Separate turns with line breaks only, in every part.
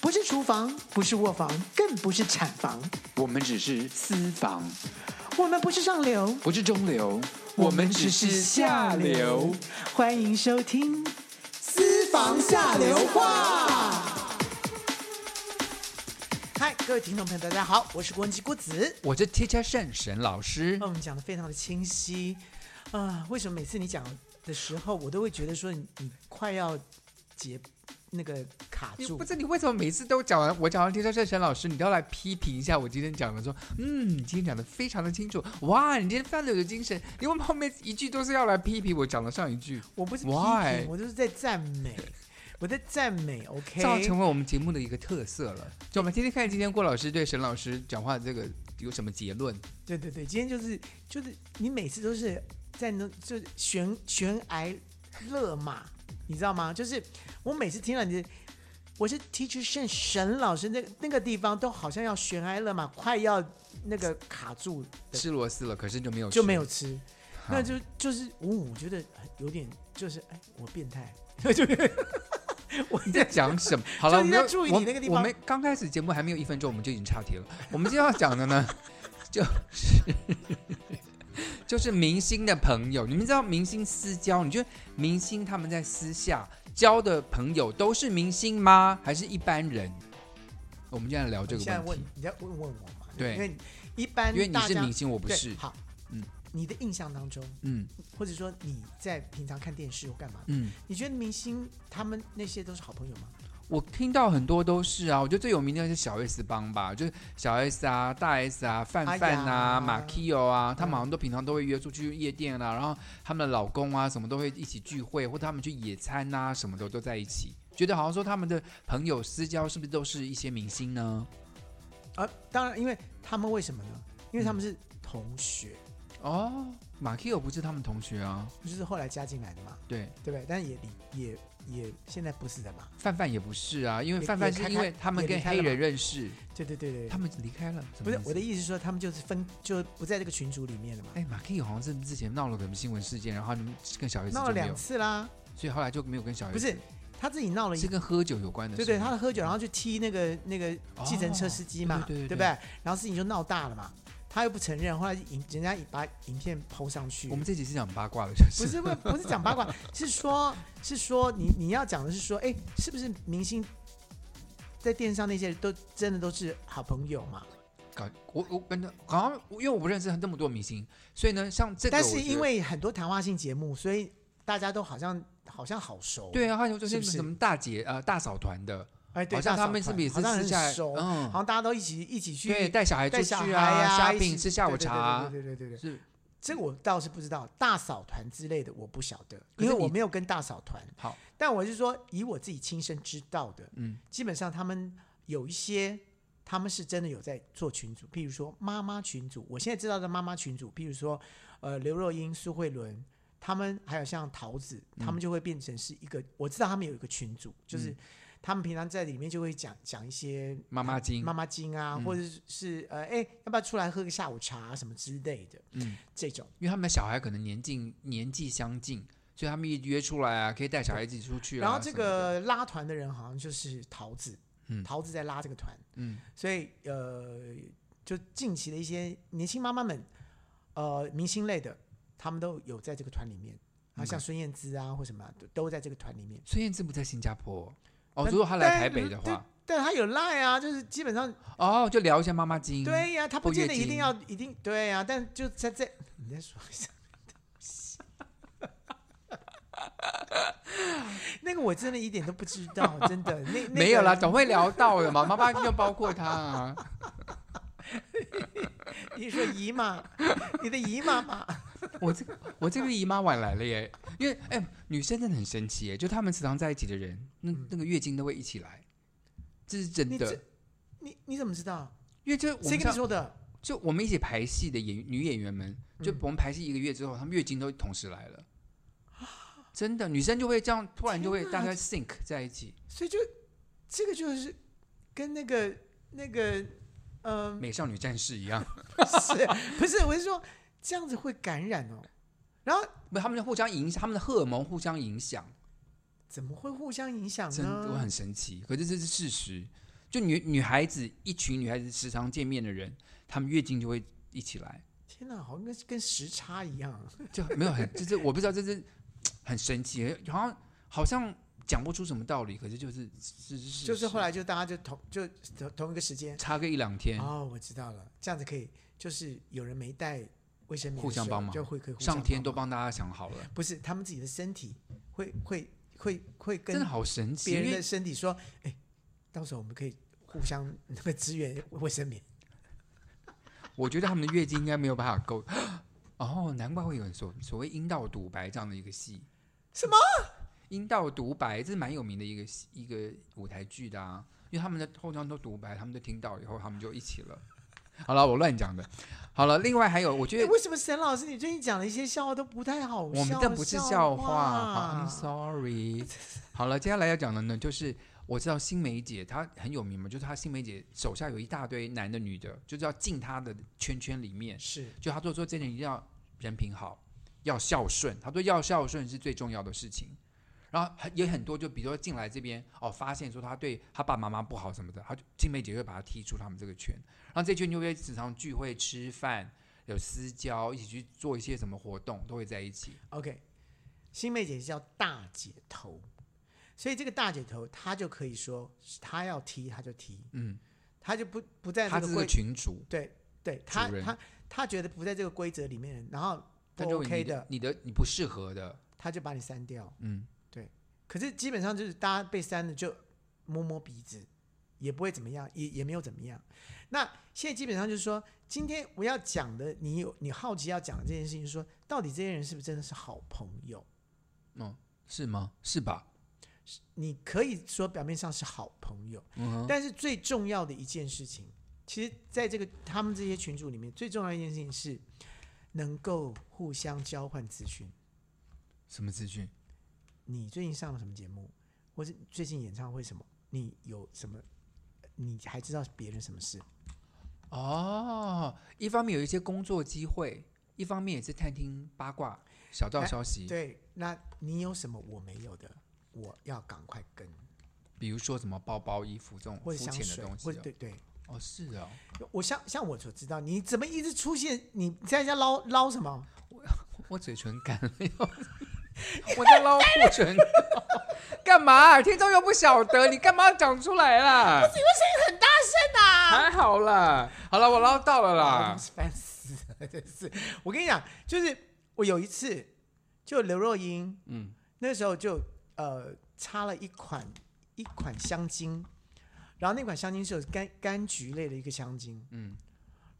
不是厨房，不是卧房，更不是产房，
我们只是私房，
我们不是上流，
不是中流，我们只是下流。。
欢迎收听《私房下流话》。嗨，各位听众朋友，大家好，我是郭文姬郭子。
我这 teacher 圣神老师，
嗯，讲的非常的清晰啊、为什么每次你讲的时候，我都会觉得说你你快要结那个卡
你
住
不？是你为什么每次都讲完我讲完 teacher 圣神老师，你都要来批评一下我今天讲的说，嗯，你今天讲的非常的清楚，哇，你今天非常的有精神，因为后面一句都是要来批评我讲的上一句，
我不是批评
Why？
我就是在赞美，我在赞美。OK，
这要成为我们节目的一个特色了。就我们听听看今天郭老师对沈老师讲话这个有什么结论？
对对对，今天就是就是你每次都是在那就是悬悬崖勒马，你知道吗？就是我每次听到你的，我是 teacher 沈沈老师那那个地方都好像要悬崖勒马，快要那个卡住的
吃螺丝了，哦可是就没有
就
吃
没有吃，
好
那就就是呜我觉得有点就是哎，我变态，就我
你在讲 什么？好了，
就
我
是
们
要
要
注意
我
你那个地方
我们刚开始节目还没有一分钟，我们就已经岔题了。我们今天要讲的呢，就是就是明星的朋友。你们知道明星私交？你觉得明星他们在私下交的朋友都是明星吗？还是一般人？我们现在聊这
你
个
现在
问
问
题，
你在问问我嘛？
对
因为一般
因为你
大
是
家
明星，我不
对
是。
好，
嗯
嗯，你的印象当中。
嗯
或者说你在平常看电视或干嘛？
嗯，
你觉得明星他们那些都是好朋友吗？
我听到很多都是啊，我觉得最有名的是小 S 帮吧，就是小 S 啊、大 S 啊、范范
哎
啊、
呀
马 Kio 啊，他们好像都平常都会约出去夜店啊，然后他们的老公啊什么都会一起聚会，或者他们去野餐啊什么的都在一起。觉得好像说他们的朋友私交是不是都是一些明星呢？
啊，当然，因为他们为什么呢？因为他们是同学，
哦，马 Kio 不是他们同学啊，
就是后来加进来的嘛，
对，
对不对？但也离也也现在不是的嘛。
范范也不是啊，因为
也
范范是因为他们
也
跟
离开
黑
了
人认识，
对对对对，
他们离开了，什
不
么意
是
思
我的意思是说，他们就是分就不在这个群组里面了嘛。
哎，马 Kio 好像是之前闹了什么新闻事件，然后你们跟小 S
闹
就
了
没有
两。次啦，
所以后来就没有跟小 S，
不是他自己闹了一
是跟喝酒有关的事
对
吗，
对，他喝酒，然后去踢那个那个计程车司机嘛，
哦哦对对对对
不对？然后事情就闹大了嘛，他又不承认，后来影人家把影片抛上去。
我们这集是讲八卦的，就是
不是不是不是讲 八卦，是说是说你你要讲的是说，哎，是不是明星在电视上那些都真的都是好朋友嘛？
搞我我跟着好像因为我不认识那么多明星，所以呢，像这个我
但
觉得，
是因为很多谈话性节目，所以大家都好像好像好熟。
对，啊，还有就是是
不是
什么大姐呃大嫂团的，
哎对，
好像
大嫂
他们是不是也
团
是
好像
私下
很熟？
嗯
好，像大家都一起一起去
对，带小孩出
带
去
小孩
啊，
呀、一起
shopping 吃下午
对对对
茶，
对对对对对对，
是
这个我倒是不知道，大嫂团之类的我不晓得，
可
因
是
为我
你
没有跟大嫂团。
嗯好，
但我是说，以我自己亲身知道的，
嗯，
基本上他们有一些，他们是真的有在做群组，譬如说妈妈群组，我现在知道的妈妈群组，譬如说呃刘若英、苏慧伦，他们还有像桃子，
嗯
他们就会变成是一个，我知道他们有一个群组，就是他们平常在里面就会讲讲一些
妈妈经
妈妈经啊，
嗯
或者是呃哎要不要出来喝个下午茶、啊什么之类的，
嗯，
这种。
因为他们的小孩可能年纪年纪相近，所以他们一约出来啊，可以带小孩一起出去啊。
然后这
什么
个
的
拉团的人好像就是桃子，
嗯
桃子在拉这个团，
嗯，
所以呃，就近期的一些年轻妈妈们，呃，明星类的，他们都有在这个团里面，啊，像孙燕姿啊或什么啊、都都在这个团里面。
孙燕姿不在新加坡哦，
但
如果她来
但
台北的
对
话，
但他有赖啊，就是基本上
哦，就聊一下妈妈经，
对呀、他不
不
见
月
得一定
经
要一定对呀、但就在在你再说一下。 那个我真的一点都不知道，真的那、那个、
没有啦，总会聊到 的嘛。妈妈就包括他、啊，
你说姨 妈，你的姨妈嘛？
我这我这个姨妈晚来了耶，因为哎、女生真的很神奇耶，就她们时常在一起的人，那
嗯
那个月经都会一起来，这是真
你
的
这。你你怎么知道？
因为就我
谁
们
跟你
像
说的？
就我们一起排戏的演女演员们，就
嗯
我们排戏一个月之后，她们月经都同时来了，真的，女生就会这样，突然就会
天哪
大家 sync 在一起，
所以就这个就是跟那个那个 嗯、
美少女战士一样，
不是不是，我是说这样子会感染哦。然后
不，她们互相影响，她们的荷尔蒙互相影响。
怎么会互相影响
真的我
呢？
很神奇，可是这是事实。就女女孩子一群女孩子时常见面的人，她们月经就会一起来，
天哪，好像跟跟时差一样。啊
就没有很就是我不知道这是很神奇，好像好像讲不出什么道理，可是就是是是
就是后来就大家就同就同同一个时间。
差个一两天，
哦，我知道了，这样子可以，就是有人没带卫生棉的水，
互相帮忙
就会可以互相
上天
帮
都
忙
帮大家想好了，
不是他们自己的身体会会会会
真的
跟
好神奇，
别
因
人
为
的身体说，哎，到时候我们可以互相那个支 援卫生棉。
我觉得他们的月经应该没有办法够。哦，难怪会有人说所谓阴道独白这样的一个戏。
什么？
阴道独白这是蛮有名的一个戏一个舞台剧的啊，因为他们的后装都独白，他们都听到以后，他们就一起了。好了，我乱讲的。好了，另外还有，我觉
哎，
得
为什么沈老师你最近讲的一些笑话都不太好笑？
我们这不是笑话。好
话
，I'm sorry。好 了，接下来要讲的呢，就是我知道新梅姐她很有名嘛，就是她新梅姐手下有一大堆男的女的，就是要进她的圈圈里面。
是
就他做做这件一定要人品好，要孝顺。他说要孝顺是最重要的事情。然后很也很多，就比如说进来这边哦，发现说他对他爸妈妈不好什么的，他就青梅姐就会把他踢出他们这个圈。然后这圈就会时常聚会、吃饭、有私交，一起去做一些什么活动，都会在一起。
OK，新妹姐叫大姐头，所以这个大姐头她就可以说，她要踢她就踢，
嗯，
她就不不在
他
这个
这是
规
个群主，
对对，他
主任
他他觉得不在这个规则里面，然后
他
不
就
OK
你
的，
你的你不适合的，
他就把你删掉。
嗯，
可是基本上就是大家被删了，就摸摸鼻子，也不会怎么样，也也没有怎么样。那现在基本上就是说，今天我要讲的，你有你好奇要讲的这件事情，就是说到底这些人是不是真的是好朋友？
是吗？是吧？
你可以说表面上是好朋友，
嗯哼，
但是最重要的一件事情，其实在这个他们这些群组里面，最重要的一件事情是能够互相交换资讯。
什么资讯？
你最近上了什么节目，或是最近演唱会什么？你有什么？你还知道别人什么事？
哦，一方面有一些工作机会，一方面也是探听八卦、小道
哎
消息。
对，那你有什么我没有的？我要赶快跟，
比如说什么包包、衣服这种
或
肤
者香
浅的
水，
东西
或者
哦。
对对，
哦，是哦，
我像像我所知道，你怎么一直出现？你在家捞捞什么？
我嘴唇干 了， 我在捞护唇。干嘛？听众又不晓得，你干嘛讲出来啦？我嘴巴声音很大声啊。还好啦，好了，我捞到 了
啊，
啦。
烦死了，真是！我跟你讲，就是我有一次，就刘若英，
嗯，
那时候就呃擦了一款一款香精，然后那款香精是有柑柑橘类的一个香精，
嗯，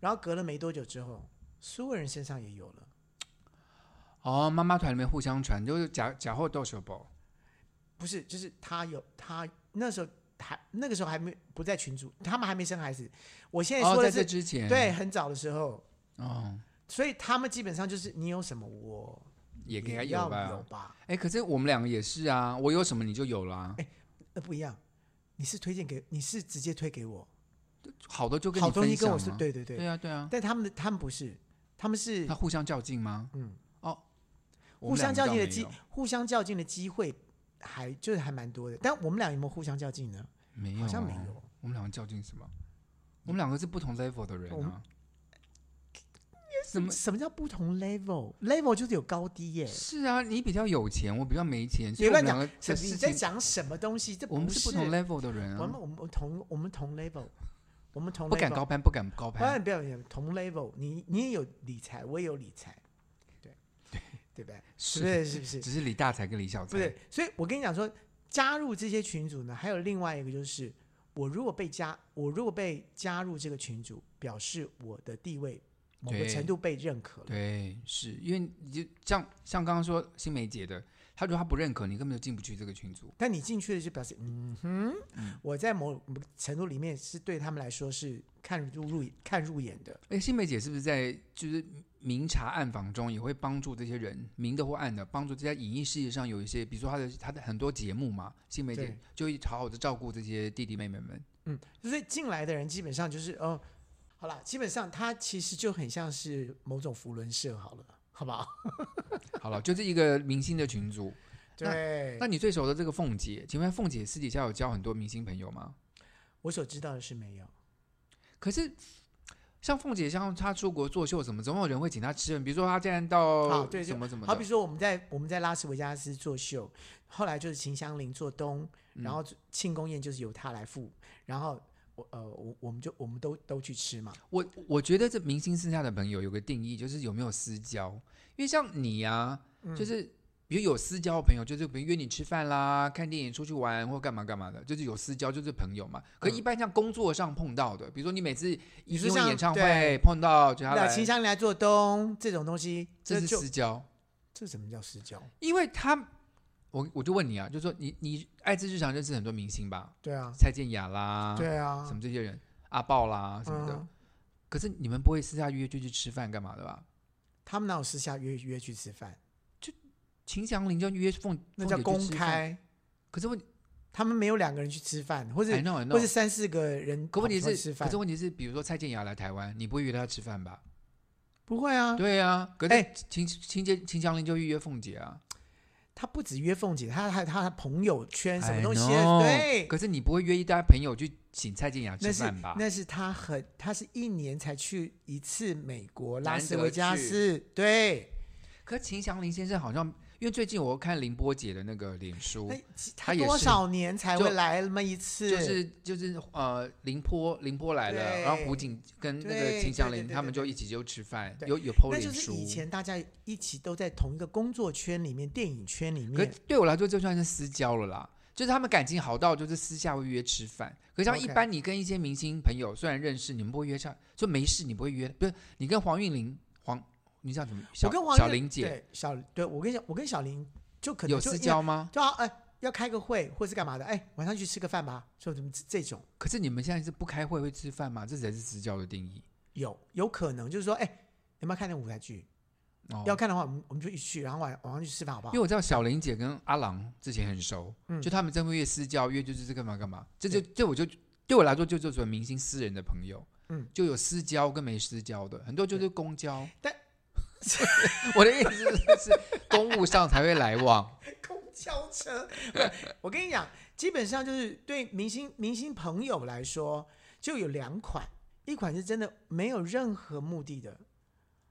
然后隔了没多久之后，所有人身上也有了。
哦，妈妈团里面互相传，就是假假货豆手包。
不是，就是他有他那时候还那个时候还没不在群组，他们还没生孩子。我现在
哦，
说
在
的
这
是、
之前，
对，很早的时候，
哦，
所以他们基本上就是你有什么我
也给他
要
有吧。
有吧，
哎，可是我们两个也是啊，我有什么你就有啦、啊
那不一样。你是推荐给你是直接推给我，
好的就跟你
好东西
分
跟
享
我
啊
是对对对，
啊对啊，
但他们的他们不是，他们是
他互相较劲吗？
嗯，
哦，
互
我们
相
两个
较
倒
劲的
没
机
有
互相较劲的机会还就是还蛮多的。但我们俩有没有互相较劲呢？
没有，啊
好像没。有。
我们两个较劲什么？我们两个是不同 level 的人
我们
啊。什么？
什么叫不同 level？level 就是有高低耶、
嗯是啊，你比较有钱，我比较没钱，所
别
以我们
乱
两
讲
个，
什
的
么你
事
在
情，
讲什么东西？这
我们
是
是不同 level 的人
我们
啊，
我们我们同我们同 level，我们同
不敢啊
level 哎
高攀，不敢高
不要
攀。
不要不要同 level，你你也有理财，我也有理财，对对不对？是不
是，
是是不是？
只是李大才跟李小
不
才
是，，所以我跟你讲说，加入这些群组呢，还有另外一个就是，我如果被加，我如果被加入这个群组，表示我的地位某个
对
程度被认可了。
对，是因为你就像像刚刚说新梅姐的，她如果她不认可你，根本就进不去这个群组。
但你进去了，就表示，嗯哼，我在某某个程度里面是对他们来说是看入入看入眼的。
哎，新梅姐是不是在就是明察暗访中也会帮助这些人，明的或暗的，帮助这在演艺事业上有一些，比如说她的她的很多节目嘛，新梅姐
对
就会好好的照顾这些弟弟妹妹们。
嗯，所以进来的人基本上就是，哦，好啦，基本上他其实就很像是某种福伦社好了，好不好？
好了，就是一个明星的群组。
对
那，你最熟的这个凤姐，请问凤姐私底下有交很多明星朋友吗？
我所知道的是没有。
可是像凤姐，像她出国作秀什么，总有人会请她吃饭。比如说她竟然到
啊对
什么什么的，
好比说我们在我们在拉斯维加斯做秀，后来就是秦香林做东，然
嗯
后庆功宴就是由他来付，然后我呃我我们就我们都都去吃嘛，
我我觉得这明星私下的朋友有个定义，就是有没有私交。因为像你啊，
嗯
就是比如有私交的朋友，就是比如约你吃饭啦、看电影、出去玩或干嘛干嘛的，就是有私交，就是朋友嘛。可一般像工作上碰到的，比如说你每次
嗯你
因
说
为
像
演唱会
对
碰到就他
那啊
来，
秦香林来做东这种东西，
这
这
是
就
私交。
这什么叫私交？
因为他，我我就问你啊，就说你你爱之日常认识很多明星吧，
对啊，
蔡健雅啦，
对啊，
什么这些人，阿豹啦什么的。
嗯
可是你们不会私下约就去吃饭干嘛的吧？
他们哪有私下约约去吃饭？
秦祥林就约凤，
那叫
凤姐去
公
吃饭。
开，
可是问，
他们没有两个人去吃饭，或者
I know, I know
或者三四个人
哎可问题
跑出来
是，
吃
可
饭
是问题是，比如说蔡健雅来台湾，你不会约她吃饭吧？
不会啊，
对啊，可是
哎
秦秦杰秦祥林就预约凤姐啊，
他不止约凤姐，他还他的朋友圈什么
I
东西
know
对。
可是你不会约一大朋友去请蔡健雅吃
那是
饭吧？
哎那是他很，他是一年才去一次美国拉
难
斯
得
维加
去
斯，对，
可秦祥林先生好像，因为最近我看林波姐的那个脸书
那，
他
他
也
多
是
少年才
就
会来那么一次？
就是就是呃，林波林波来了，
对
然后胡锦跟那个
对
秦祥
对对
林
对
他们
对
就
对
一起就吃饭，
对
有有 PO
那
脸
就是
书。
以前大家一起都在同一个工作圈里面、电影圈里
可
面，
对我来说，就算是私交了啦。就是他们感情好到就是私下会约吃饭，可像一
OK
般你跟一些明星朋友虽然认识，你们不会约上，就没事你不会约，不是你跟黄韵玲黄，你叫什么？小
我跟黄
小
韵
玲姐
对小对我跟小我跟小林就可能
有
就
私
一
交吗？
就好哎、要开个会或是干嘛的，哎、晚上去吃个饭吧，说什么这这种
可是你们现在是不开会会吃饭吗？这才是私交的定义
有有可能就是说，哎、你们要看那个舞台剧？
哦。
要看的话，我们我们就一起去，然后晚晚上去吃饭好不好
因为？我知道小玲姐跟阿郎之前很熟，
啊嗯
就他们真会约私交，约就是这干嘛干嘛，这就
对
这我就对我来说就就属于明星私人的朋友，
嗯
就有私交跟没私交的，很多就是公交。
但
我的意思是，是公务上才会来 往。
公交车。 不我跟你讲，基本上就是对明星明星朋友来说，就有两款，一款是真的没有任何目的的，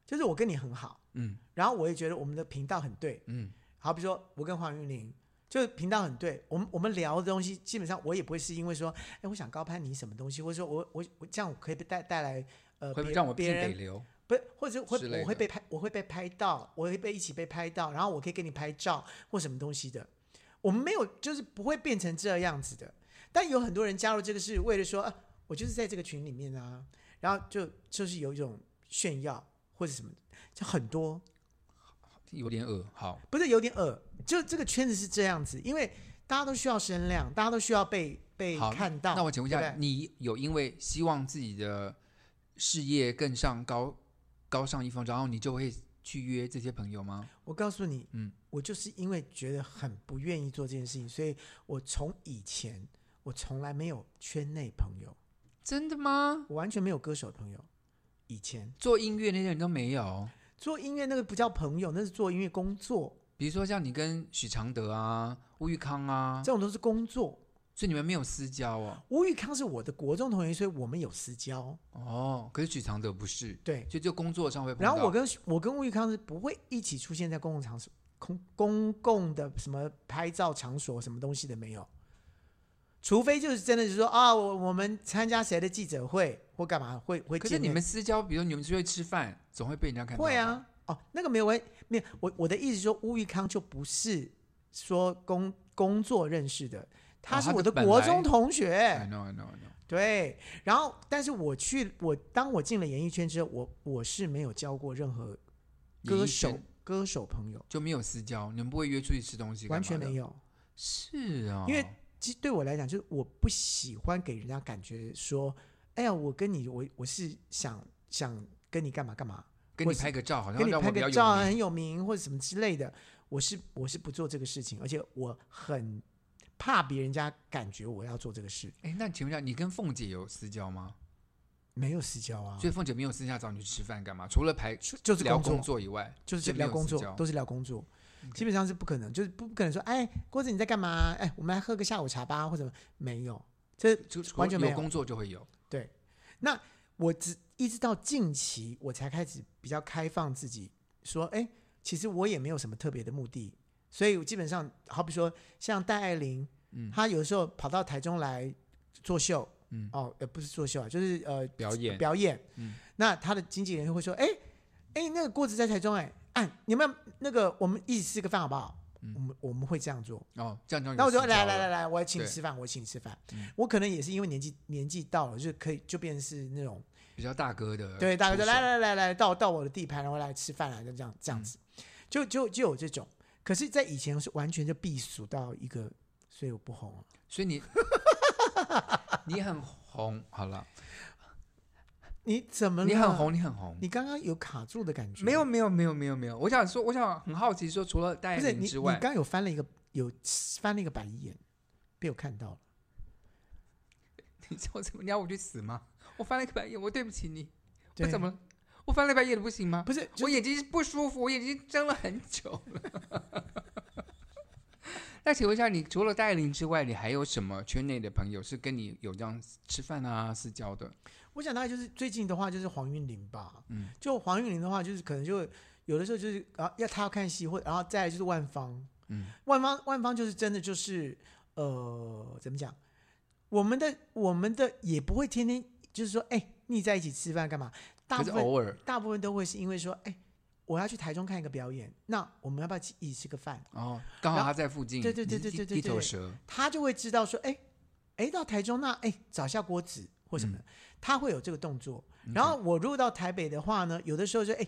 就是我跟你很好，
嗯
然后我也觉得我们的频道很对，
嗯，
好比说我跟黄韵玲。就是频道很对，我们我们聊的东西，基本上我也不会是因为说，哎，我想高攀你什么东西，或者说我我我这样我可以被带带来呃，
会不
别
会让我屁
别人
得流？
不是，或者会
之类
我会
的
被拍，我会被拍到，我会被一起被拍到，然后我可以给你拍照或什么东西的。我们没有，就是不会变成这样子的。但有很多人加入这个是为了说，啊、我就是在这个群里面啊，然后就就是有一种炫耀或者什么，就很多，
有点恶好，
不是有点恶，就这个圈子是这样子，因为大家都需要声量，大家都需要被被
好
看到。
那我请问一
对
下，
不对
你有因为希望自己的事业更上高高上一分，然后你就会去约这些朋友吗？
我告诉你，
嗯
嗯，我就是因为觉得很不愿意做这件事情，所以我从以前我从来没有圈内朋友，
真的吗？
我完全没有歌手朋友。以前
做音乐那些人都没有。
做音乐那个不叫朋友，那是做音乐工作，
比如说像你跟许常德啊、吴玉康啊
这，种都是工作。
所以你们没有私交哦。
吴宇康是我的国中同学，所以我们有私交。
哦，可是许常德不是，
对，
就就工作上会碰
然
到。
后我跟我跟吴宇康是不会一起出现在公共场所、公公共的什么拍照场所、什么东西的没有，除非就是真的是说啊，我我们参加谁的记者会或干嘛会会
可是
见
你
面
们私交，比如你们出去吃饭，总会被人家看到。
会，啊，哦，那个没有问，没有我我的意思是说，吴玉康就不是说工工作认识的，他是
哦
我
他是
的
本
国
来哎
中同学。
I know, I know, I know。
对，然后但是我去我当我进了演艺圈之后，我我是没有交过任何歌
演
手
艺圈
歌手朋友，
就没有私交，你们不会约出去吃东西，
完全没
有。
有。
是啊、
因为其实对我来讲，就是我不喜欢给人家感觉说，哎呀，我跟你我我是想想跟你干嘛干嘛，
跟你
我是
拍个照，好
跟
像
你
让我
拍
比较
个
有
照啊
名
很有名或者什么之类的，我是我是不做这个事情，而且我很怕别人家感觉我要做这个事，
哎，那请问一下，你跟凤姐有私交吗？
没有私交啊
所，以凤姐没有私下找你去吃饭干嘛？除了排
就就是
聊
工
工作以外，
就是
就没
聊
有
工
私
作
交，
都是聊工作
OK
基本上是不可能，就是不不可能说，哎，郭子你在干嘛？哎，我们来喝个下午茶吧，或者没有，这
就
完全没
有
有
工作就会有，
我只一直到近期我才开始比较开放自己，说，哎，其实我也没有什么特别的目的，所以我基本上，好比说像戴爱玲，
嗯
她有时候跑到台中来做秀，
嗯
哦，呃，不是做秀啊，就是呃
表演
表演，
嗯
那她的经纪人会说，哎，哎，那个郭子在台中、哎，哎，你们那个我们一起吃个饭好不好？
嗯
我们我们会这样做，
哦，这样这样有
那我就
私交
来
了
来来，来，我请你
对
吃饭，我请你吃饭。
嗯
我可能也是因为年纪年纪到了，就可以就变成是那种
比较大哥的，
对，大家就来，来来来到到我的地盘，然后来吃饭啊，就这样这样子，
嗯
就就就有这种。可是，在以前是完全就避暑到一个，所以我不红啊了。
所以你 你很红，好了，
你怎么了？
你很，红，啊你很红，
你刚刚有卡住的感觉？
没有，没有没有没有没有，我想说，我想很好奇说，除了戴
不
爱
是
玲
你，
之
你
外，
刚有翻了一个有翻了一个白眼，被我看到了。
你知道怎么？你 要我去死吗？我翻了一个白眼，我对不起你，我
对
怎么了？我翻了一个白眼不行吗？
不是？就
我眼睛不舒服，我眼睛睁了很久了。 那请问一下，你除了戴爱玲之外，你还有什么圈内的朋友是跟你有这样吃饭啊、私交的？
我想大概就是最近的话，就是黄韵玲吧。
嗯，
就黄韵玲的话，就是可能就有的时候就是啊，要她要看戏，或然后再来就是万芳。
嗯，
万方万方就是真的就是呃，怎么讲？我们的我们的也不会天天就是说，哎、腻在一起吃饭干嘛？大
可
部
是
分
偶尔
大部分都会是因为说，哎、我要去台中看一个表演，那我们要不要一起吃个饭？
哦，刚好他在附近，
对对对
你是
对对对
地地头蛇，
他就会知道说，哎、哎、到台中那，哎、找一下郭子或什么的，
嗯
他会有这个动作。然后我如果到台北的话呢，有的时候就哎、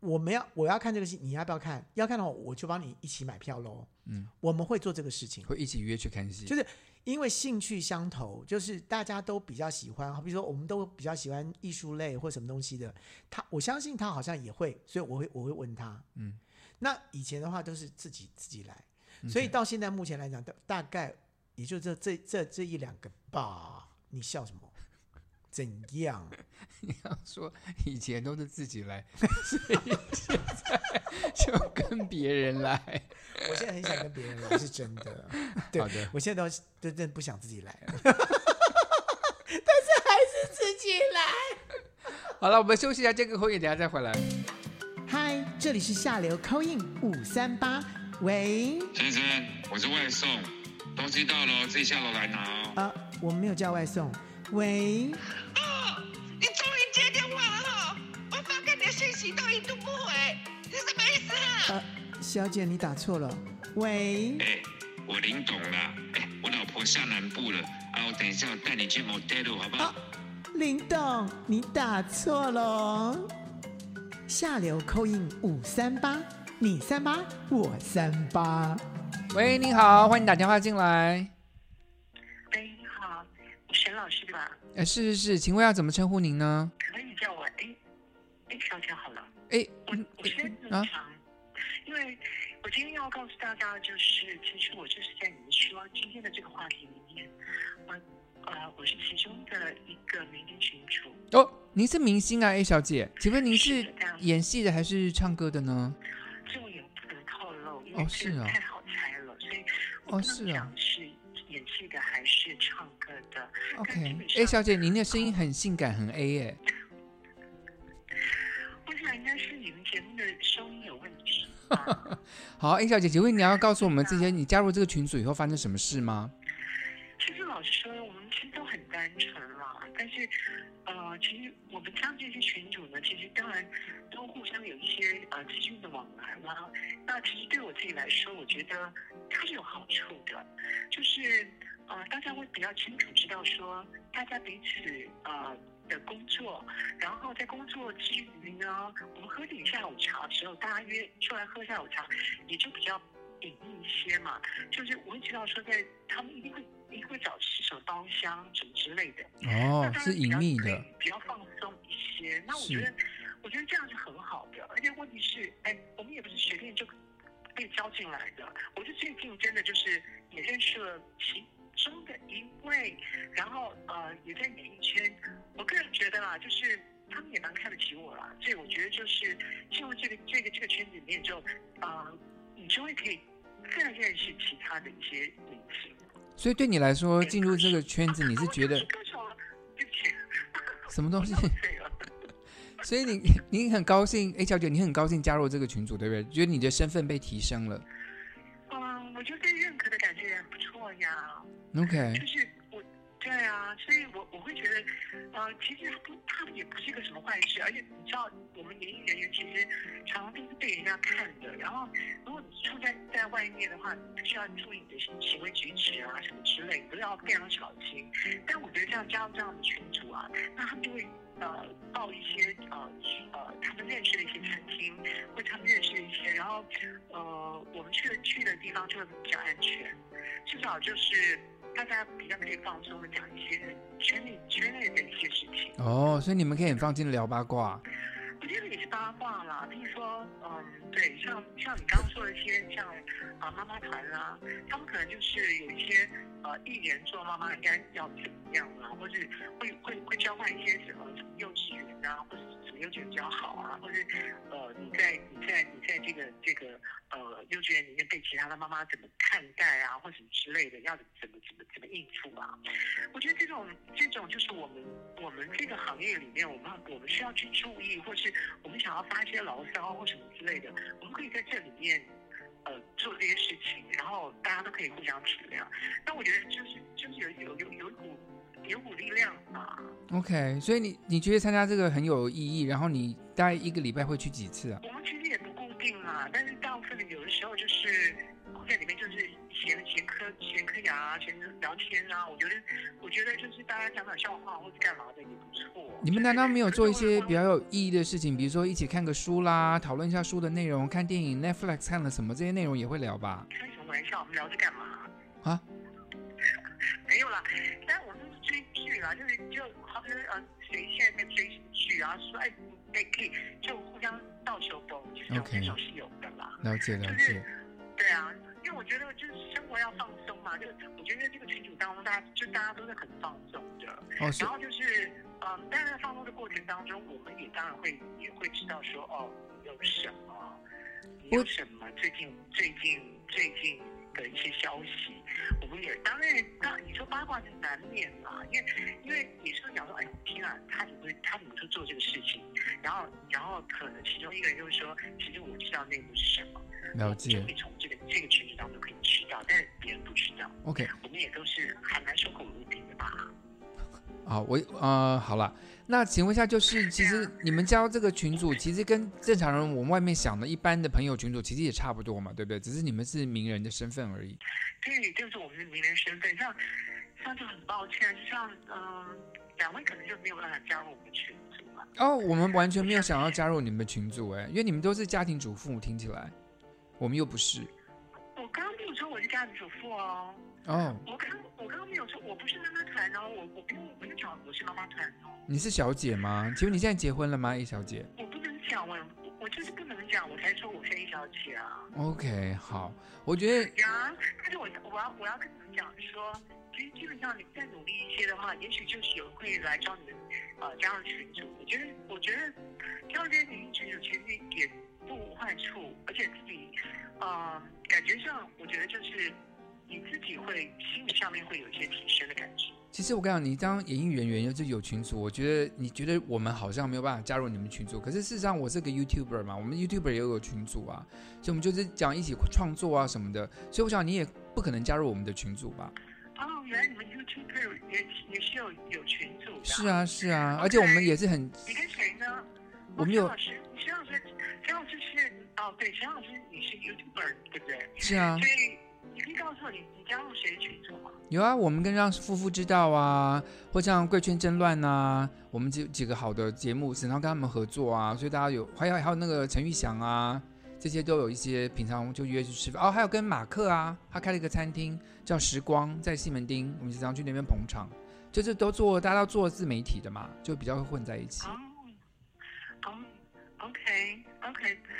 我们要我要看这个戏，你要不要看？要看的话，我就帮你一起买票喽。
嗯，
我们会做这个事情。
会一起约去看戏
就，因为兴趣相投，就是大家都比较喜欢，好比说我们都比较喜欢艺术类或什么东西的，他我相信他好像也会，所以我会我会问他，
嗯，
那以前的话都是自己自己来，
嗯
所以到现在目前来讲，大大概也就这这这这一两个吧。你笑什么？怎样？
说以前都是自己来， 所以现在就跟别人来。
我现在很想跟别人来，是真的。啊对
好的，
我现在都都真的不想自己来了。
好了，我们休息一下，这个会议等一下再回来。
嗨，这里是下流 c o i n 五三八，喂。
先生，我是外送，东西到了哦自己下楼来拿哦。
啊，我们没有叫外送。喂，
哦，你终于接电话了哈！我发给你的信息都一度不回，你什么意思啊？
呃，小姐，你打错了。喂，
哎、我林董啦，哎、我老婆下南部了，啊，我等一下我带你去 motel 好不好？
林董，你打错了哦。下流扣印五三八，你三八，我三八。
喂，你好，欢迎打电话进来。
哎，你好，沈老师对吧？
哎，是是是，请问要怎么称呼您呢？
可以叫我 A A 小姐好了。
哎，
我
嗯
我现在
啊
正常，因为我今天要告诉大家，就是其实我就是在你们说今天的这个话题里面，我呃我是其中的一个明星群主，
哦，您是明星啊，A 小姐，请问您是
是的
演戏的还是唱歌的呢？
这我也不能透露，因
哦
为
是
这个
啊
太好猜了，所以我
哦
不
是啊
能讲是演戏的还是唱歌的。但基
OK，
本
a
上
小姐，您的声音 很性感，很 A 哎、
我想应该是你们节目的收音有问题 吧。
好，A 小姐，请问你要告诉我们这些，你加入这个群组以后发生什么事吗？
其实老实说，我们其实都很单纯啦。但是，呃，其实我们像这些群主呢，其实当然都互相有一些呃资讯的往来啦。那其实对我自己来说，我觉得它是有好处的，就是呃，大家会比较清楚知道说大家彼此呃的工作，然后在工作之余呢，我们喝点下午茶的时候，大家约出来喝下午茶，也就比较隐秘一些嘛。就是我会知道说在他们一定会一定会找吃什么包厢什么之类的，那
哦，
当
是
然比
隐
较
秘
可
的
以，比较放松一些。那我
是
觉得我觉得这样是很好的，而且问题是，哎，我们也不是随便就被招进来的。我是最近真的就是也认识了其中的一位，然后呃也在演艺圈，我个人觉得啦，就是。他们也蛮看得起我啦，所以我觉得就是进入这个这个这个圈子里面之后，呃，你就会可以更认识其他的一些明星。
所以对你来说，进入这个圈子，你是觉得
啊我就是歌手了对不起，
什么东西？
对了，
所以你你很高兴，A 小姐，你很高兴加入这个群组，对不对？觉得你的身份被提升了。
嗯，我就被认可的感觉也很不错呀。就
OK，
是我，对啊，所以我我会觉得，呃，其实它不，它也不是一个什么坏事，而且你知道，我们演艺人员其实常常都是被人家看的。然后，如果你处在在外面的话，你必须要注意你的行为举止啊，什么之类，都要非常小心。但我觉得像加入这样的群组啊，那他们就会。呃，到一些呃呃，他们认识的一些餐厅，或者他们认识的一些，然后呃，我们去的去的地方就会比较安全。至少就是大家比较可以放松的讲一些圈里圈内的一些事情。
哦，所以你们可以很放心的聊八卦。
我觉得呃也是八卦啦，比如说，嗯，对，像像你刚刚说的一些像啊妈妈团啦、他们可能就是有一些呃艺人做妈妈应该要怎么样啊，或是会会会交换一些什么什么幼稚园啊，或是什么幼稚园比较好啊，或是呃你在你在你在这个这个呃幼稚园里面被其他的妈妈怎么看待啊，或什么之类的，要怎么怎么怎么怎么应付啊？我觉得这种这种就是我们我们这个行业里面，我们我们需要去注意，或是我们想要发一些牢骚或什么之类的，我们可以在这里面呃做这些事情，然后大家都可以互相体谅。那我觉得就是就是有有有有一股有股力量啊吧。
OK，所以你你觉得参加这个很有意义，然后你大概一个礼拜会去几次啊？
我们其实也不固定啦，但是大部分的有的时候就是会在里面就是闲闲磕闲磕牙啊，闲聊天啊。我觉得我觉得就是大家讲讲笑话或者干嘛的也不错。
你们难道没有做一些比
较？
较有意义的事情，比如说一起看个书啦，讨论一下书的内容，看电影，Netflix 看了什么这些内容也会聊吧？
开什么玩笑？我们聊这干嘛？
啊？
没有啦，但我们是追剧啦，就是就好比说呃，谁现在在追什么剧啊？说哎，你哎可以就互相倒球崩，就是这种
OK
这种是有的啦。
了解了
就是
解，
对啊，因为我觉得就是生活要放松嘛，就我觉得这个群组当中，大家就大家都是很放松的。
哦是
然后就是，嗯，但是在放松的过程当中，我们也当然会也会知道说，哦，你有什么，你有什么最近最近最近的一些消息，我们也当然，当你说八卦是难免啦，因为因为你是会想说，哎，天啊，他怎么会他怎么会做这个事情？然后然后可能其中一个人就会说，其实我知道内幕是什么，
了
就
解
可以从这个这个群组当中可以知道，但是别人不知道，
，OK，
我们也都是还蛮守口如瓶的吧。
好，我呃好了，那请问一下，就是其实你们加入这个群组，其实跟正常人我们外面想的一般的朋友群组其实也差不多嘛，对不对？只是你们是名人的身份而已。
对，就是我们的名人身份，像像就很抱歉，就像嗯、两位可能就没有办法加入我们群组了。
哦，我们完全没有想要加入你们的群组哎，因为你们都是家庭主妇，听起来我们又不是
我刚刚没有说我是家庭主妇哦，
哦，
我刚我刚刚没有说我不是妈妈团哦，我我不用我不用讲我是妈妈团哦，
你是小姐吗？请问你现在结婚了吗，A 小姐
我不能讲我我就是不能讲，我才说我是一小姐啊。
？OK，好，我觉得
呀，但是我我要我要跟你们讲说，其实基本上你再努力一些的话，也许就是有会来找你们呃加入群组。我觉得我觉得加入这些群群组其实也不无坏处，而且自己呃感觉上我觉得就是你自己会心理上面会有一些提升的感觉。
其实我跟你讲，你当演艺人员又就有群组，我觉得你觉得我们好像没有办法加入你们群组，可是事实上我是个 YouTuber 嘛，我们 YouTuber 也有群组啊，所以我们就是讲一起创作啊什么的，所以我想你也不可能加入我们的群组吧？
哦，原来你们 YouTube 也也是有有群组的。
是。啊是啊，而且我们也是很
你跟谁呢？
我没有
哦沈老师，沈老师，沈老师是哦，对，沈老师你是 YouTuber 对不对？
是啊
所以你可以告诉我你你加入谁的群组吗？
有啊，我们跟让夫妇知道啊，或像贵圈争乱啊，我们几几个好的节目，然后跟他们合作啊，所以大家有还有还有那个陈玉祥啊，这些都有一些平常就约去吃饭哦，还有跟马克啊，他开了一个餐厅叫时光，在西门町，我们经常去那边捧场，就是都做大家都做自媒体的嘛，就比较会混在一起。
哦，哦，OK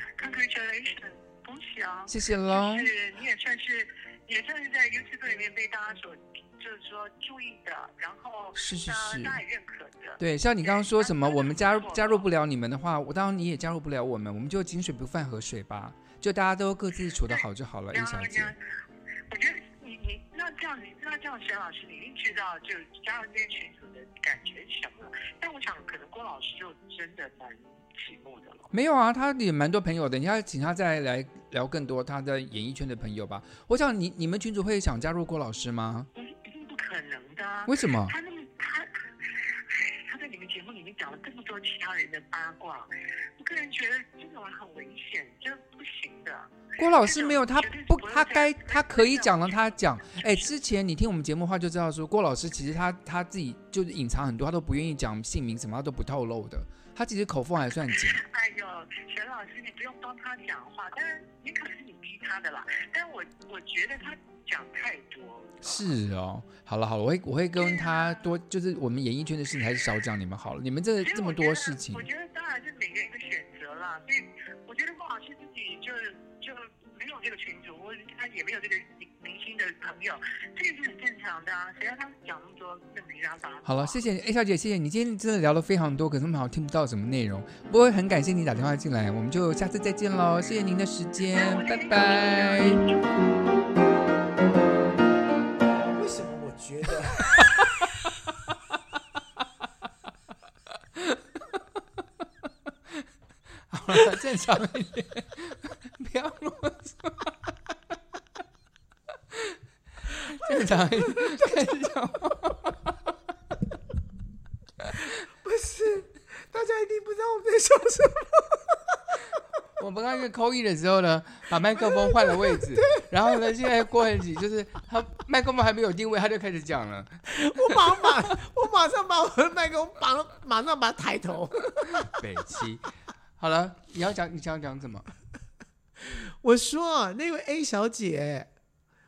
OK，Congratulations，恭喜啊！
谢谢喽
就，是你也算是也算是在 YouTube 里面被大家所就是说注意的，然后
是是
大
是
大家也认可的。
对，像你刚刚说什么，
对
我们加入
那真的不错
加入不了你们的话，我当然你也加入不了我们，我们就井水不犯河水吧，就大家都各自处得好就好了，A
然
小
后
姐
呢。，我觉得你你那这样，那这样，沈老师你一定知道，就加入这些群组的感觉是什么了。但我想，可能郭老师就真的蛮寂寞的了。
没有啊，他也蛮多朋友的，你要请他再来聊更多他在演艺圈的朋友吧。我想你你们群主会想加入郭老师吗？
一嗯定一定不可能的啊。
为什么？
他那么他，他在你们节目里面讲了这么多其他人的八卦，我个人觉得这种很危险，这不行的。
郭老师没有，他
绝对是
不
不，会
他该
再再
他可以
再
讲了，
去
他讲。哎，
是
之前你听我们节目的话就知道说，郭老师其实他他自己就是隐藏很多，他都不愿意讲姓名，什么他都不透露的。他其实口风还算紧。
哎呦，沈老师，你不用帮他讲话，但是也可能是你逼他的啦。但我我觉得他讲太多。
是哦，好了好了，我会我会跟他多，就是我们演艺圈的事情还是少讲你们好了。你们这
其实
这么
我觉
多
得
事情
我，觉得当然是每个人的选择啦。所以我觉得郭老师自己就是就没有这个群主，或者他也没有这个明明星的朋友，这个是很正常的啊。谁让他讲那么多那么杂八卦？
好了，谢谢哎小姐，谢谢你今天真的聊了非常多，可是我们好像听不到什么内容。不过很感谢你打电话进来，我们就下次再见喽，谢谢您的时间，拜拜。
为什么我觉得？
好了，正常一点，不要啰嗦。正常一点，正常。
不是，大家一定不知道我们在笑什么。
我们刚刚扣一的时候呢，把麦克风换了位 置，然后呢，现在过很久，就是他麦克风还没有定位，他就开始讲了。
我马马，我马上把我的麦克风绑，马上把它抬头。
北七，好了，你要讲，你想讲什么？
我说那位 A 小姐，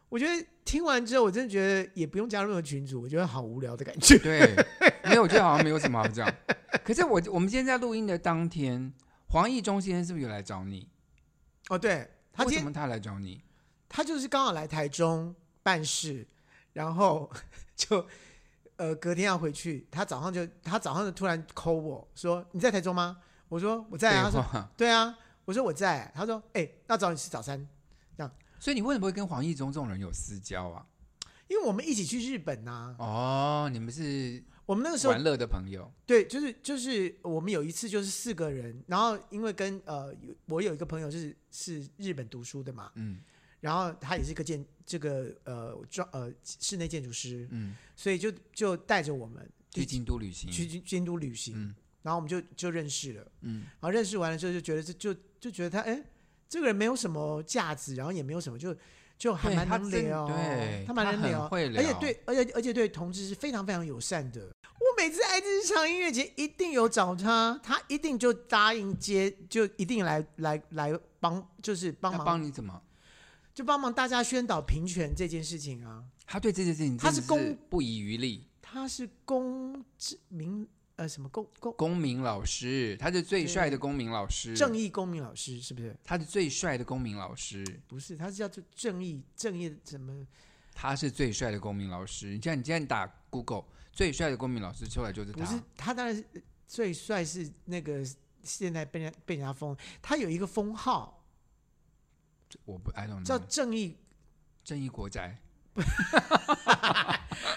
我觉得听完之后，我真的觉得也不用加入任何群组，我觉得好无聊的感觉。
对，没有，我觉得好像没有什么好讲。可是我我们今天在录音的当天，黄义中先生是不是有来找你？
哦，对，他
为
今天
什么他来找你？
他就是刚好来台中办事，然后就呃隔天要回去，他早上就他早上就突然 call 我说你在台中吗？我说我在啊。他
废
说
话
对啊。我说我在。他说哎、那找你吃早餐，
所以你为什么会跟黄义中这种人有私交啊？
因为我们一起去日本呐、
哦，你们是
我们那个时候
玩乐的朋友，
对，就是就是我们有一次就是四个人，然后因为跟呃有我有一个朋友就是是日本读书的嘛，
嗯
然后他也是个建这个呃装呃室内建筑师，
嗯，
所以就就带着我们
去
一起
京都旅行，
去京京都旅行，
嗯
然后我们就就认识了，
嗯
然后认识完了之后就觉得这就就觉得他哎这个人没有什么价值，然后也没有什么就就还
对
蛮
他
能
真
聊，
对
他蛮
他
能
很
聊，
会
而且
聊
对，而且而且对同志是非常非常友善的。我每次爱这场音乐节一定有找他，他一定就答应接，就一定来来来帮，就是帮
他
忙，
帮你怎么？
就帮忙大家宣导平权这件事情啊。
他对这件事情
他
真
是
的
公
不遗余力。
他是公知民呃什么公公
公民老师，他是最帅的公民老师，
正，义公民老师是不是？
他是最帅的公民老师，
不是，他是叫做正义正义什么？
他是最帅的公民老师。你像你现在打 Google 最帅的公民老师出来就是
不
他，
是，他当然是最帅是那个现在被人家被人家封，他有一个封号
我不 I don't
叫
know
正义
正义国宅，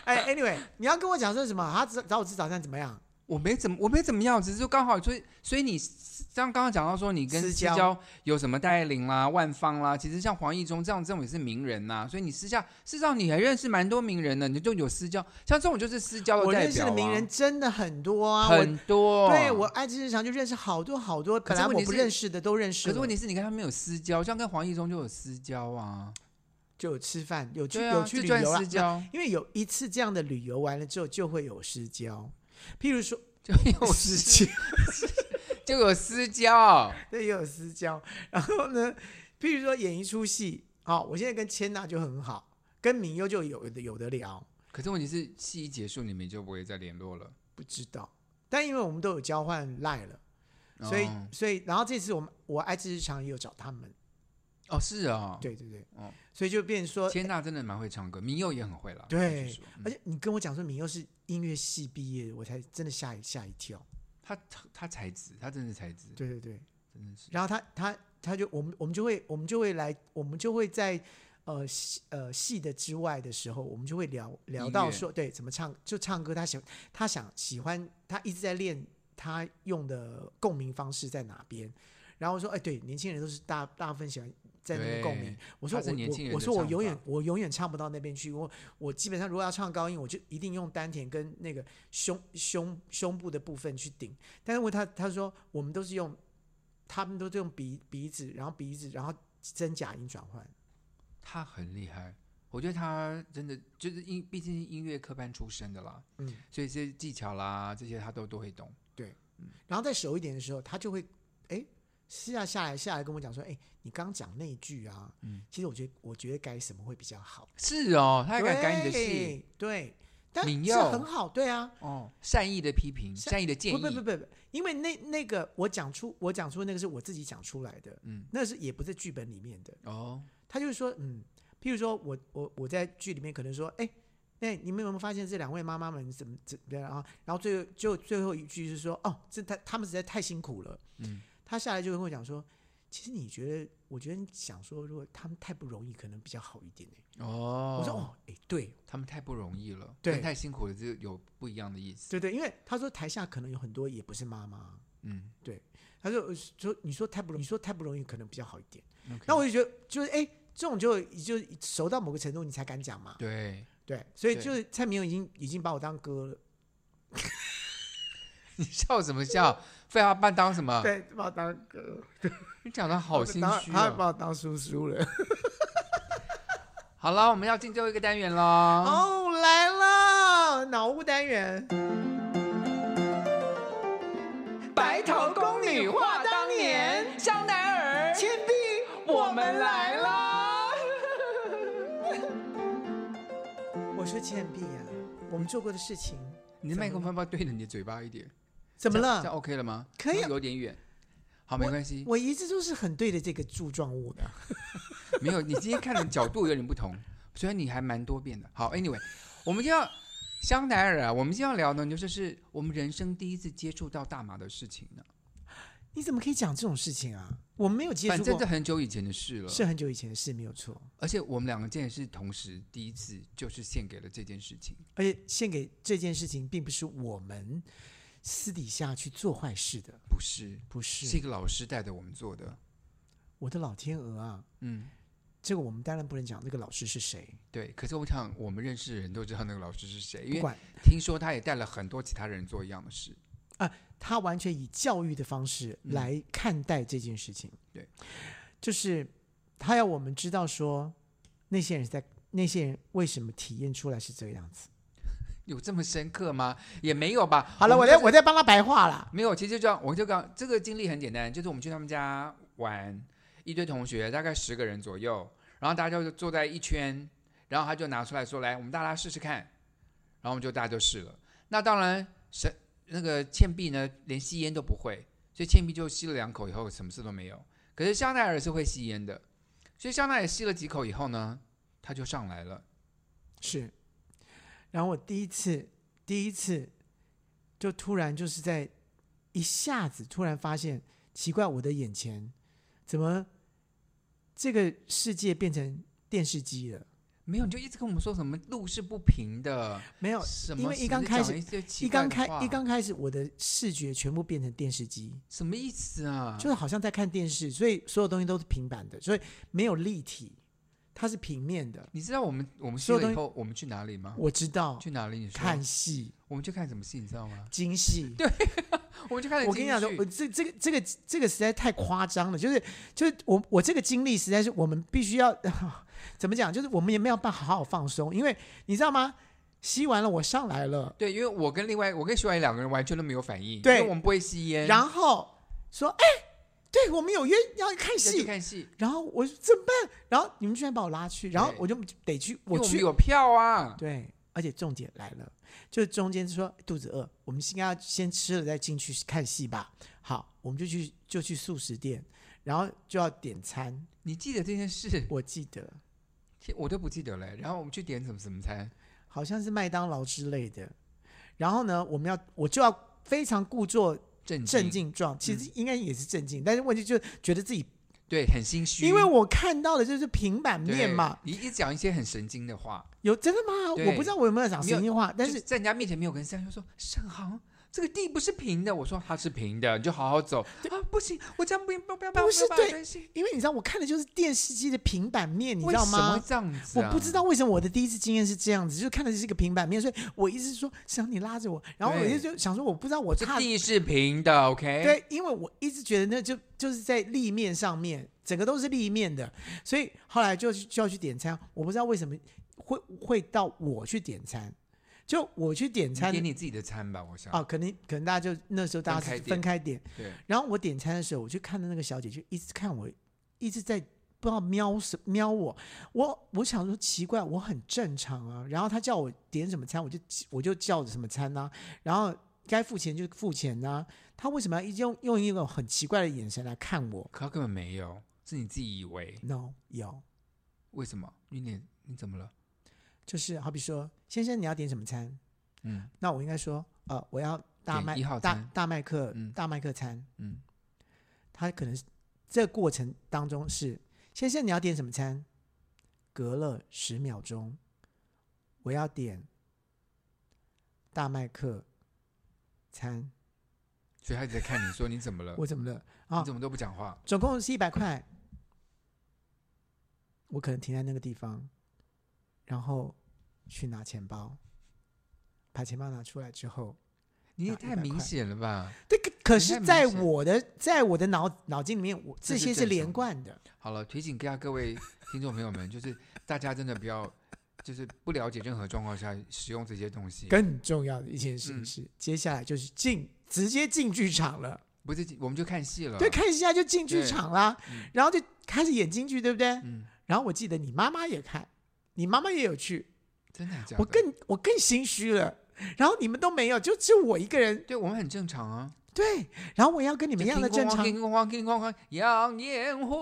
哎，anyway，你要跟我讲说什么？他找找我吃早餐怎么样？
我没怎么我没怎么样，只是就刚好所以所以你像刚刚讲到说你跟
私
私
交
交有什么戴玲啦、万芳啦，其实像黄义中这样这种也是名人呐、所以你私下事实上你还认识蛮多名人的，你就有私交，像这种就是私交的
我
代
认识
表、啊，
的名人真的很多啊，
很多，
我对我爱之日常就认识好多好多，
可
本
是
来
问
我
题
不
是
认识的都认识
可
了。
是问题是你跟他没有私交，像跟黄义中就有私交啊，
就有吃饭，有去、
对啊，
有去
就
旅
算
游啊
私，交，
因为有一次这样的旅游完了之后就会有私交，譬如说
就有私
交，
就有私交，
对，也有私交。然后呢，譬如说演一出戏，好、我现在跟千娜就很好，跟明优就有有的聊，
可是问题是戏一结束你们就不会再联络了，
不知道。但因为我们都有交换赖了，所以、
哦
所以然后这次我们我爱之日常也有找他们。
哦是哦，，
对对对，
哦
所以就变成说，
千娜真的蛮会唱歌，明佑也很会啦，
对
必须说嗯
而且你跟我讲说明佑是音乐系毕业的，我才真的吓一吓一跳。
他他他才子，他真的才子，
对对对，
真的是
然后他他他就我们我们就会我们就会来我们就会在呃戏呃戏的之外的时候，我们就会聊聊
音
到
乐
说，对，怎么唱就唱歌，他喜他想喜欢，他一直在练他用的共鸣方式在哪边。然后我说，哎，对，年轻人都是大大部分喜欢在那边共鸣
对。
我说
它是
我
年轻人
我我
的
说我
唱
永远
法
我永远唱不到那边去，我我基本上如果要唱高音，我就一定用丹田跟那个胸胸胸部的部分去顶。但是问他他说我们都是用，他们都是用鼻鼻子，然后鼻子，然后真假音转换。
他很厉害，我觉得他真的就是音，毕竟是音乐科班出身的啦，
嗯，
所以这些技巧啦，这些他都都会懂。
然后再熟一点的时候，他就会哎私下下来下来跟我讲说，哎，你刚讲那一句啊，
嗯，
其实我觉得我觉得该什么会比较好。
是哦，他还
对
敢改你的戏
对，但
敏
这
佑
很好，对啊，
哦，善意的批评，
善
善意的建
不
议，
不不不不，因为那那个我讲出我讲出那个是我自己讲出来的，
嗯，
那是也不是剧本里面的。
哦，
他就是说，嗯，譬如说我我我在剧里面可能说，哎、那你们有没有发现这两位妈妈们怎么怎么样啊？然后最后就最后一句是说，哦，这他他们实在太辛苦了。
嗯，
他下来就会跟我讲说，其实你觉得，我觉得你想说，如果他们太不容易，可能比较好一点、欸
哦，
我说哦，哎、对
他们太不容易了，
对
跟太辛苦了，就有不一样的意思。
对对，因为他说台下可能有很多也不是妈妈，
嗯
他说呃说你说太不容易，你说太不容易，可能比较好一点。
，OK，
那我就觉得就是哎、这种就就熟到某个程度，你才敢讲嘛。
对，
对，所以
对
就是蔡明已经已经把我当哥了，
你笑什 么笑？废话半当什么？
对，把我当哥，
你讲的好心
当
虚
他
啊
把。我当叔叔了。
好了，我们要进最后一个单元 喽。
哦，来了，脑雾单元，
白头宫女话当年，香奈儿，
铅笔，
我们来啦。
我说倩碧呀，我们做过的事情，
你的麦克风要不要对着你的嘴巴一点？
怎么
这样这样
了？
OK 了吗？
可以啊
有点远。好，没关系，
我一直都是很对的这个柱状物的。
没有。你今天看的角度有点不同，虽然你还蛮多变的。好，Anyway，我们就要香奈儿啊，我们今天要聊的呢，就是我们人生第一次接触到大麻的事情呢。
你怎么可以讲这种事情啊？我们没有接
反
触
正这
过，
很久以前的事了，
是很久以前的事，没有错。
而且我们两个竟然是同时第一次，就是献给了这件事情。
而且献给这件事情，并不是我们私底下去做坏事的，
不是，
不是。
是一个老师带着我们做的。
我的老天鹅啊，
嗯，
这个我们当然不能讲这个老师是谁，
对。可是我想，我们认识的人都知道那个老师是谁，
不
因为
管
听说他也带了很多其他人做一样的事。
他完全以教育的方式
嗯
来看待这件事情。
对，
就是他要我们知道说，那些人在那些人为什么体验出来是这个样子。
有这么深刻吗？也没有吧。
好了，我
们
在
就是
我在帮他白话啦。
没有，其实就这样，我就刚这个经历很简单，就是我们去他们家玩，一堆同学，大概十个人左右，然后大家就坐在一圈，然后他就拿出来说：“来，我们大家试试看。”然后我们就大家就试了。那当然，谁那个倩碧呢，连吸烟都不会，所以倩碧就吸了两口以后，什么事都没有。可是香奈儿是会吸烟的，所以香奈儿吸了几口以后呢，他就上来了。
是，然后我第一次，第一次就突然就是在一下子突然发现，奇怪，我的眼前怎么这个世界变成电视机了？
没有，你就一直跟我们说什么路是不平的，
没有，
什么？
哦因为
什么
一刚
就
开
讲
始
了一些奇
一
怪
刚
的
开
话
一刚开始，我的视觉全部变成电视机，
什么意思啊？
就是好像在看电视，所以所有东西都是平板的，所以没有立体，它是平面的。
你知道我们我们去
所有东
了以
西
后，我们去哪里吗？
我知道，
去哪里？你说
看，戏、
我们去看什么戏？你知道 吗？
京戏，
我们去看了
我跟你
京
讲说
剧，
我这这个这个这个实在太夸张了，就是就是我我这个经历实在是我们必须要、 怎么讲，就是我们也没有办法好好放松，因为你知道吗？吸完了我上来了，
对，因为我跟另外我跟徐婉莹两个人完全都没有反应，
对
因为我们不会吸烟，
然后说哎，对我们有约要看
要去
戏，
看戏，
然后我说怎么办？然后你们居然把我拉去，然后
对
我就得去，
因为我们
去
有票啊。
对，而且重点来了，就是中间说肚子饿，我们应该要先吃了再进去看戏吧。好，我们就去就去素食店，然后就要点餐。
你记得这件事？
我记得
天我都不记得了。欸然后我们去点什么什么餐？
好像是麦当劳之类的。然后呢，我们要我就要非常故作
镇嗯
镇，静状，其实应该也是镇静，但是问题就觉得自己
对，很心虚，
因为我看到的就是平板
对
面嘛，
你一讲一些很神经的话，
有真的吗？
对
我不知道我有没有讲神经话，但
就是在人家面前没有跟上，就说沈航。这个地不是平的，我说它是平的，你就好好走啊！不行，我这样不不不要不要
不是
不要
对
专心，
因为你知道我看的就是电视机的平板面，你
为
知道
什么会
吗？
这样子、
我
啊？
不知道为什么我的第一次经验是这样子，就是看的是一个平板面，所以我一直说想你拉着我，然后我
对
就就想说我不知道我
这
差
地是平的，OK？，
对，因为我一直觉得那就就是在立面上面，整个都是立面的，所以后来就就要去点餐，我不知道为什么会会到我去点餐，就我去点
你
餐
点你自己的餐吧，我想。
啊，可能可能大家就那时候大
分
家
开
是
点
分开点，
对，
然后我点餐的时候，我就看到那个小姐就一直看我，一直在不知道瞄什瞄我。我我想说奇怪，我很正常啊。然后她叫我点什么餐，我就我就叫什么餐呐、然后该付钱就付钱呐、她为什么要一直用用一种很奇怪的眼神来看我
可他根本没有，是你自己以为。
？No，有
为什么？你脸你怎么了？
就是好比说，先生你要点什么餐？
嗯
那我应该说，呃，我要大
点
麦
一号
大
餐
大麦克、
嗯
大麦克餐。
嗯，
他可能是这过程当中是先生你要点什么餐？隔了十秒钟，我要点大麦克餐。
所以他一直在看你说你怎么了？
我怎么了？
你
啊
怎，么都不讲话？
总共是一百块。我可能停在那个地方，然后去拿钱包，把钱包拿出来之后，
你也
拿
太
100
明
块
显了吧？
这个可
太
是
明
在
显
我的在我的脑脑筋里面，我
这
这些
是正
是
常
连
的
贯的。
好了，提醒一下各位听众朋友们，就是大家真的不要，就是不了解任何状况下使用这些东西。
更重要的一件事
嗯
情是，接下来就是进直接进剧场了。
不是，我们就看戏了。
对，看一下就进剧
啊对
场啦，
嗯
然后就开始演京剧，对不对？
嗯，
然后我记得你妈妈也看，你妈妈也有去，
真的假的？
我更我更心虚了。然后你们都没有，就只有我一个人。
对我们很正常啊，
对，然后我要跟你
你
们一样的正常。
叮咣咣，叮咣咣，杨宴会。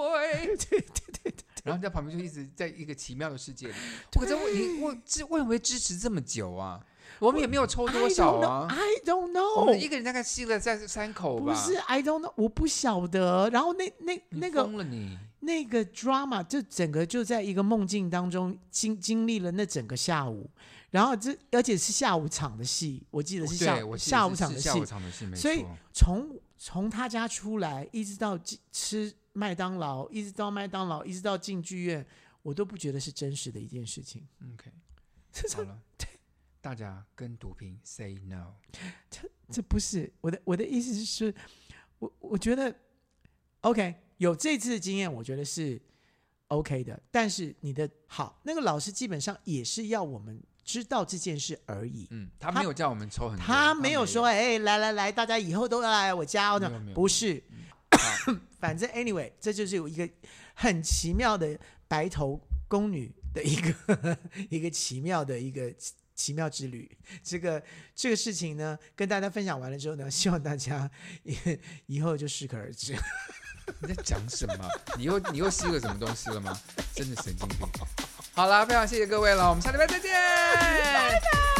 对对对对，
然后在旁边就一直在一个奇妙的世界里。我这我你我支为什么会支持这么久啊？我们也没有抽
I
多
don't
少啊
know,，I don't
我们一
know，
个人大概吸了在三口吧。
不是 I don't know，我不晓得。然后那那
你
那个
疯了你，
那个 drama 就整个就在一个梦境当中经经历了那整个下午，然后这而且是下午场的戏，我记得是下
哦对我记得
下午
是
场
是
的
下午
戏，
场的戏，没
所以
错
从从他家出来一直到进吃麦当劳，一直到麦当劳，一直到进剧院，我都不觉得是真实的一件事情。
OK，好了，大家跟毒品 say no。
这不是我的我的意思是说，我我觉得 OK 有这次的经验，我觉得是 OK 的。但是你的好，那个老师基本上也是要我们知道这件事而已。
嗯，他
他
没有叫我们抽很多，
他没有说，哎、来来来，大家以后都要来我家哦
没有没有没。有
不是，
好
反正 anyway，这就是有一个很奇妙的白头宫女的一个 一个奇妙的一个奇奇妙之旅。这个这个事情呢，跟大家分享完了之后呢，希望大家以以后就适可而止。
你在讲什么？ 你又你又吸了什么东西了 吗？真的神经病！好啦，非常谢谢各位了，我们下礼拜再见，拜拜。